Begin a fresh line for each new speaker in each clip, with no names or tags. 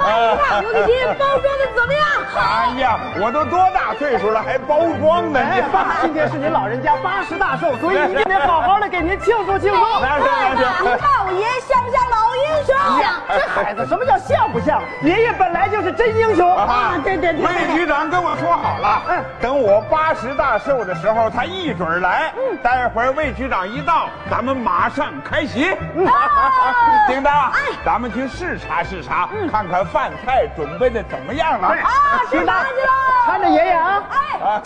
我给您包装的怎么样？
哎呀，我都多大岁数了，还包装呢？
哎
你
呀，今天是您老人家八十大寿，所以一定得好好的给您庆祝庆祝。
哎
来来来
你看我爷爷像不像老英雄？
哎这孩子什么叫像不像？爷爷本来就是真英雄
啊，
对对对，
魏局长跟我说好了，
嗯
等我八十大寿的时候，他一准儿来。
嗯
待会儿魏局长一到，咱们马上开席。
嗯
叮当，
哎
咱们去视察视察，
嗯
看看饭菜准备的怎么样了。
啊，吃
叮当
饭去了。
看着爷爷啊。
哎，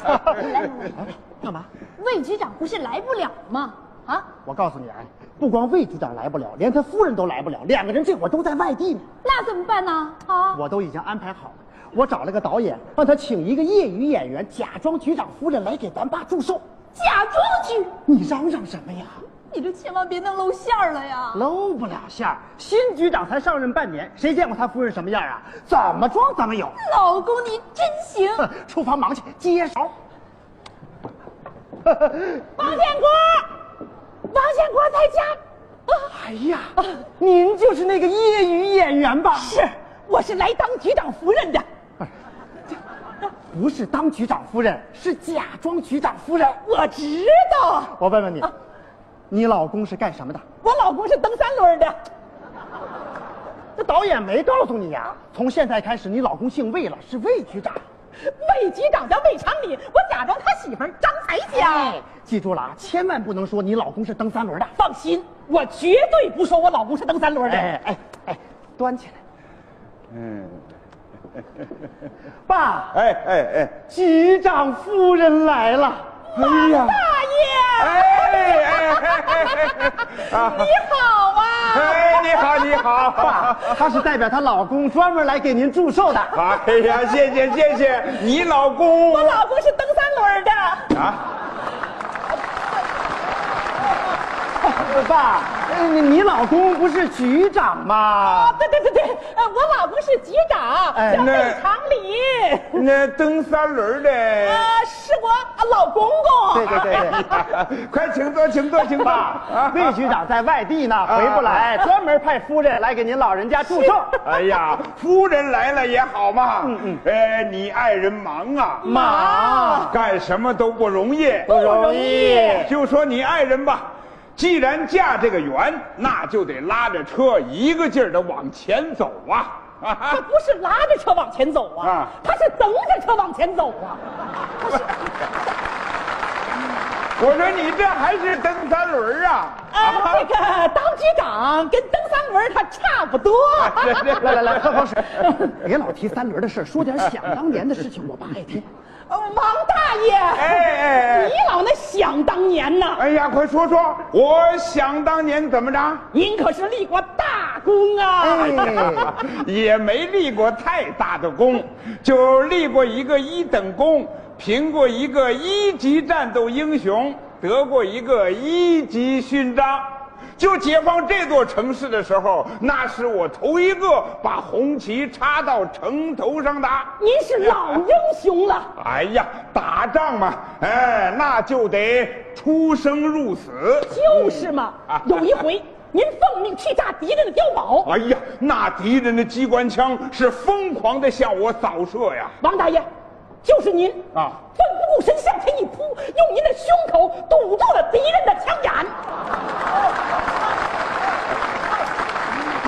干嘛？
魏局长不是来不了吗？啊，
我告诉你啊，不光魏局长来不了，连他夫人都来不了，两个人这会儿都在外地呢。
那怎么办呢？啊，
我都已经安排好了，我找了个导演，让他请一个业余演员，假装局长夫人来给咱爸祝寿。
假装去，
你嚷嚷什么呀？
你这千万别弄露馅儿了呀！
露不了馅儿，新局长才上任半年，谁见过他夫人什么样啊？怎么装怎么有。
老公，你真行！
哼厨房忙去，接勺。
王建国，王建国在家。啊，
哎呀，您就是那个业余演员吧？是，
我是来当局长夫人的。
不是当局长夫人，是假装局长夫人。
我知道，
我问问你，你老公是干什么的？
我老公是蹬三轮的。
这导演没告诉你呀、从现在开始，你老公姓魏了，是魏局长。
魏局长叫魏长礼，我假装他媳妇儿张才佳。
记住了啊，千万不能说你老公是蹬三轮的。
放心，我绝对不说我老公是蹬三轮的。
哎哎哎，端起来，
嗯，
爸，
哎哎哎，
局长夫人来了。
哎呀，
大
哎
爷，
哎哎哎哎啊！
你好啊！
哎，你好，你好，
爸，她是代表她老公专门来给您祝寿的。
哎呀，谢谢谢谢，你老公
我老公是蹬三轮的。
啊，
爸，呃你你老公不是局长吗？
对对对对，呃我老公是局长，
哎
叫
那
魏长礼。
那蹬三轮的。
啊，是我啊老公公。
对对对对。
对，快请坐，请坐，请啊坐
爸，啊魏局长在外地呢，回不
啊
来，专门派夫人来给您老人家祝寿。
哎呀，夫人来了也好嘛。嗯嗯。呃，你爱人忙啊，
妈，
啊
干什么都不容易。
不容易。
就说你爱人吧，既然嫁这个缘，那就得拉着车一个劲儿的往前走啊。
他不是拉着车往前走啊，
啊
他是蹬着车往前走啊。
我说你这还是蹬三轮儿啊？
啊，这个当局长跟蹬三轮他差不多。
啊
来来来，喝口水，别老提三轮的事儿，说点想当年的事情，我爸爱听。
呃王大爷，
哎哎哎
你老那想当年呐，
哎呀，快说说，我想当年怎么着？
您可是立过大功啊！
哎，
也没立过太大的功，就立过一个一等功，评过一个一级战斗英雄，得过一个一级勋章。就解放这座城市的时候，那是我头一个把红旗插到城头上的。
您是老英雄啊了，
哎呀，打仗嘛，哎，那就得出生入死。
就是嘛
啊。
有一回，您奉命去炸敌人的碉堡，
哎呀，那敌人的机关枪是疯狂的向我扫射呀！
王大爷，就是您
啊
奋不顾身向前一扑，用您的胸口堵住了敌人的枪眼。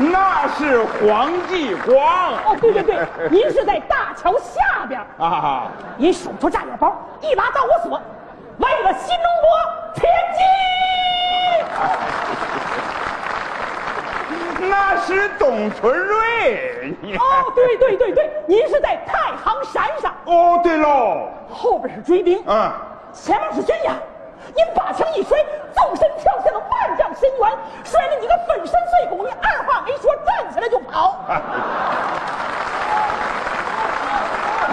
那是黄继光
哦，对对 对，您是在大桥下边儿，
啊！
您手托炸药包，一拉导火索，为了新中国前进！
那是董存瑞。你
哦，对对对对，您是在太行山上，
哦，对喽，
后边是追兵，
嗯，
前面是悬崖。您把枪一摔，纵身跳下了万丈深渊，摔得你个粉身碎骨。你二话没说，站起来就跑。
哎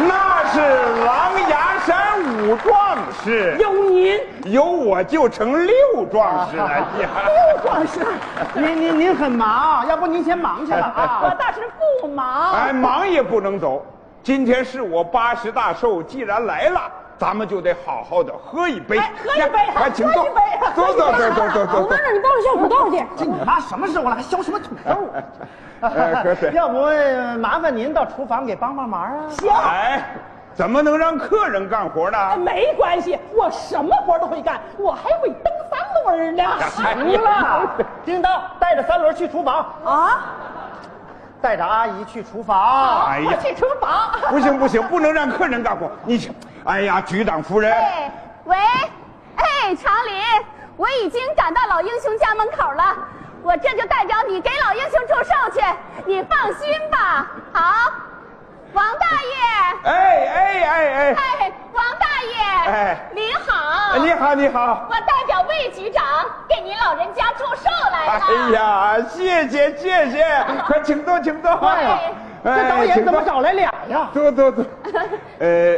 那是狼牙山五壮士，
有您，
有我就成六壮士了。你
不光是
您您您很忙，要不您先忙去吧
我
啊。
倒是不忙。
哎哎，忙也不能走。今天是我八十大寿，既然来了，咱们就得好好的喝一杯
哎，喝一杯
来来，请坐，
喝一杯喝
坐
一杯
坐坐坐
我
坐坐
妈
坐。
让你抱着小土豆去。
这你妈什么时候了，还削什么土豆啊
哎可是
啊？要不呃麻烦您到厨房给帮帮忙啊？
行，
哎，怎么能让客人干活呢？
哎没关系，我什么活都会干，我还会蹬三 轮
哎啊
呢。
哎
行了，叮当，带着三轮去厨房，
啊，
带着阿姨去厨房。
哎呀
我去厨房。
不行不行，不能让客人干活。你去，哎呀，局长夫人，
哎，喂，哎，长林，我已经赶到老英雄家门口了，我这就代表你给老英雄祝寿去，你放心吧。好，王大爷，
哎哎哎哎，
哎，王大爷，
哎
您好，
你好你好，
我代表魏局长给您老人家祝寿来了。
哎呀，谢谢谢谢，快请坐请坐。
哎
这导演怎
请
么
坐
找来俩呀？
坐坐 坐。呃，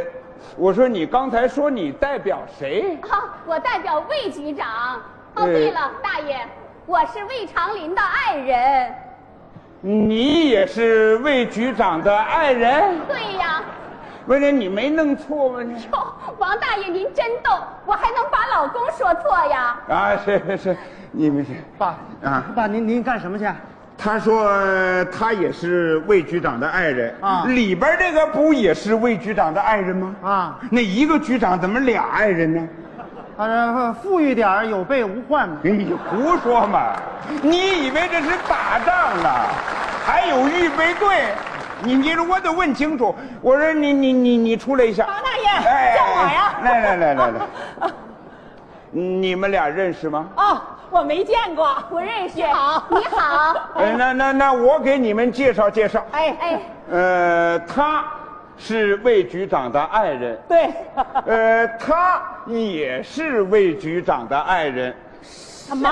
我说你刚才说你代表谁？
好，我代表魏局长。哦，
呃
对了，大爷，我是魏长林的爱人。
你也是魏局长的爱人？
对呀。
问人你没弄错吗？你
哟，王大爷您真逗，我还能把老公说错呀？
啊，是是是，你们是。
爸
啊
爸您您干什么去？
他说呃他也是魏局长的爱人
啊
里边这个不也是魏局长的爱人吗？
啊
那一个局长怎么俩爱人呢？
啊，富裕点儿有备无患嘛。
你胡说嘛！你以为这是打仗呢？还有预备队？你你我得问清楚。我说你你你你出来一下，哎
王大爷叫我呀
来来来来来，你们俩认识吗？
啊，我没见过，
不认识。
你好
你好。
哎，那那那我给你们介绍介绍。
哎哎，
哎，
呃，他是魏局长的爱人，
对，
呃，他也是魏局长的爱人。
什么？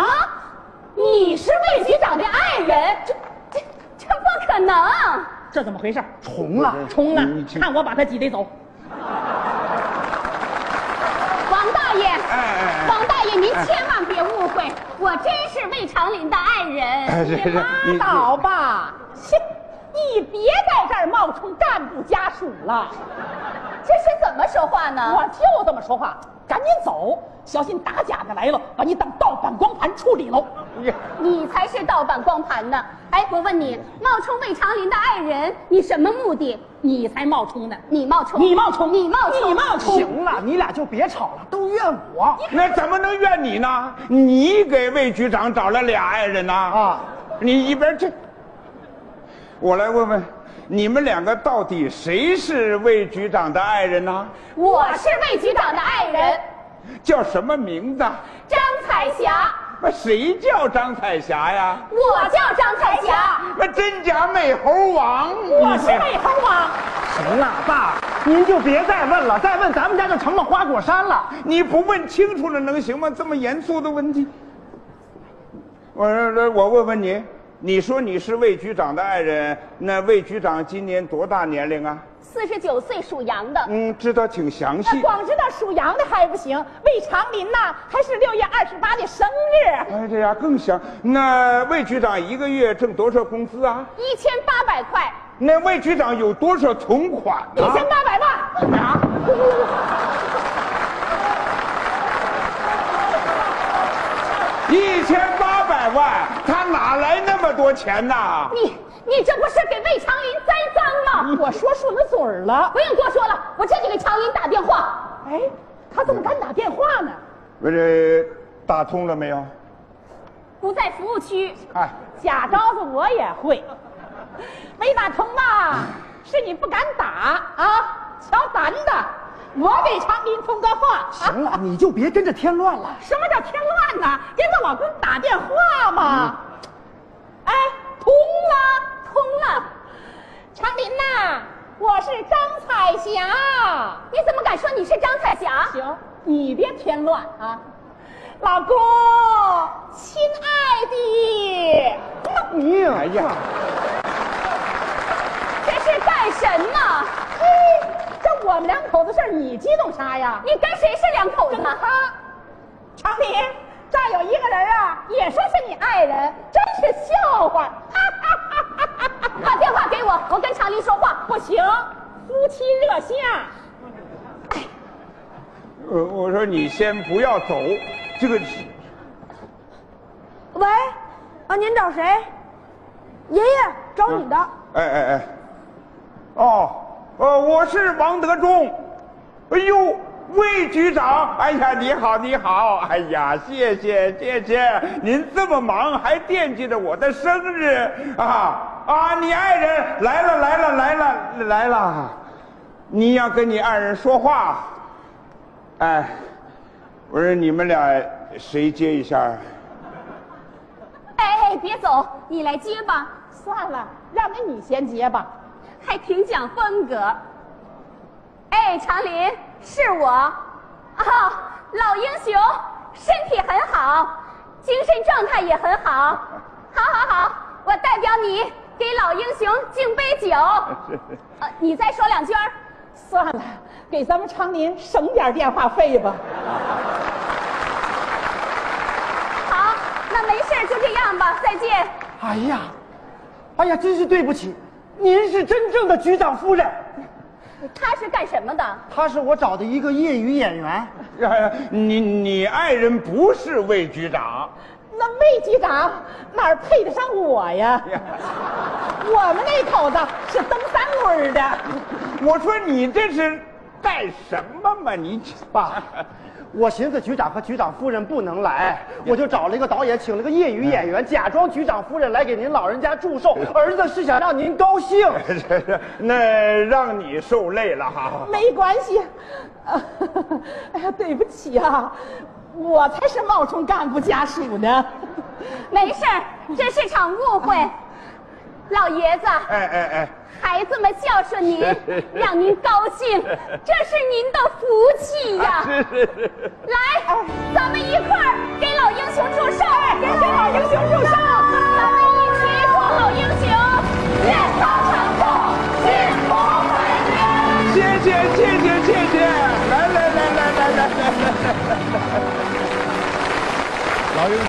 你是魏局长的爱人？这这这不可能！
这怎么回事？
重了，
冲了
你，
看我把他挤兑走！
王大爷，
哎哎
王大爷，您千万别误会，我真是魏长林的爱人。
哎是
你拉倒吧！切，你别在这儿冒充干部家属了，
这是怎么说话呢？
我就这么说话，赶紧走，小心打假的来了，把你当盗版光盘处理喽！
哎
呀
你才是盗版光盘呢！哎，我问你，冒充魏长林的爱人，你什么目的？
你才冒充呢！
你冒充，
你冒充，
你冒充，
你冒充！
行了，你俩就别吵了，都怨我
那怎么能怨你呢？你给魏局长找了俩爱人呐、
啊！
你一边去，我来问问，你们两个到底谁是魏局长的爱人呢、
我是魏局长的爱人
叫什么名字？
张彩霞，
那谁叫张彩霞呀？
我叫张彩霞。嗯
那真假美猴王，
我是魏恒王，
行了，爸，您就别再问了，再问咱们家就成了花果山了。
你不问清楚了能行吗？这么严肃的问题，我说我问问你，你说你是魏局长的爱人，那魏局长今年多大年龄啊？
四十九岁属羊的，
嗯，知道请详
那
细。
光知道属羊的还不行，魏长林呐还是六月二十八的生日，
哎，这样更详。那魏局长一个月挣多少工资啊？
一千八百块，
那魏局长有多少存款
一
呢、
千八百万。
啊？ 一千八百万，他哪来那么多钱呐、
你你这不是给魏长林栽赃吗？
我说顺了嘴儿
嗯
了
不。用多说了，我这就给长林打电话。
哎，他怎么敢打电话呢？
不是打通了没有？
不在服务区，
哎，
假招子我也会，没打通吧？是你不敢打啊？瞧咱的，我给长林通个话。啊
行了，你就别跟着添乱了。
什么叫添乱呢？给我老公打电话嘛。哎，通了，
通了，
长林呐、我是张彩霞。
你怎么敢说你是张彩霞？
行，你别添乱啊，老公，亲爱的，
你
哎呀，
这是干什么？
嘿，这我们两口子事儿你激动啥呀？
你跟谁是两口子？
啊，长林，这儿有一个人啊，也说是你爱人，真是笑话。哈哈哈哈哈哈
把电话给我，我跟长林说话。
不行，夫妻热线。
呃，我说你先不要走，这个是
喂，啊，您找谁？爷爷找你的。
嗯
哎哎哎，哦，呃，我是王德忠。哎呦，魏局长，哎呀，你好，你好，哎呀，谢谢谢谢，您这么忙还惦记着我的生日啊啊！你爱人来了来了来了来了，你要跟你爱人说话。哎，我说你们俩谁接一下？
哎，别走，你来接吧，
算了，让给你先结吧。
还挺讲风格。哎，长林，是我。啊、老英雄，身体很好，精神状态也很好。好好好，我代表你给老英雄敬杯酒。呃，你再说两句儿。
算了，给咱们昌林省点电话费吧。
好，那没事儿就这样吧，再见。
哎呀，哎呀，真是对不起，您是真正的局长夫人，
他是干什么的？
她是我找的一个业余演员。
哎你你爱人不是魏局长。
那魏局长哪儿配得上我呀？
哎
我们那口子是蹬三轮儿的。
我说你这是干什么嘛？你
爸，我寻思局长和局长夫人不能来，我就找了一个导演，请了个业余演员，假装局长夫人来给您老人家祝寿。儿子是想让您高兴。
那让你受累了哈。
没关系，啊哎呀，对不起啊，我才是冒充干部家属呢。
没事儿，这是场误会。老爷子，
哎哎哎，
孩子们孝顺 您，让您高兴，这是您的福气呀！
是是是。
来，咱们一块儿给老英雄祝寿，给老英雄祝寿，咱们一起祝老英雄健康长寿，幸福满年。
谢谢谢谢谢谢，来来来来来来来来。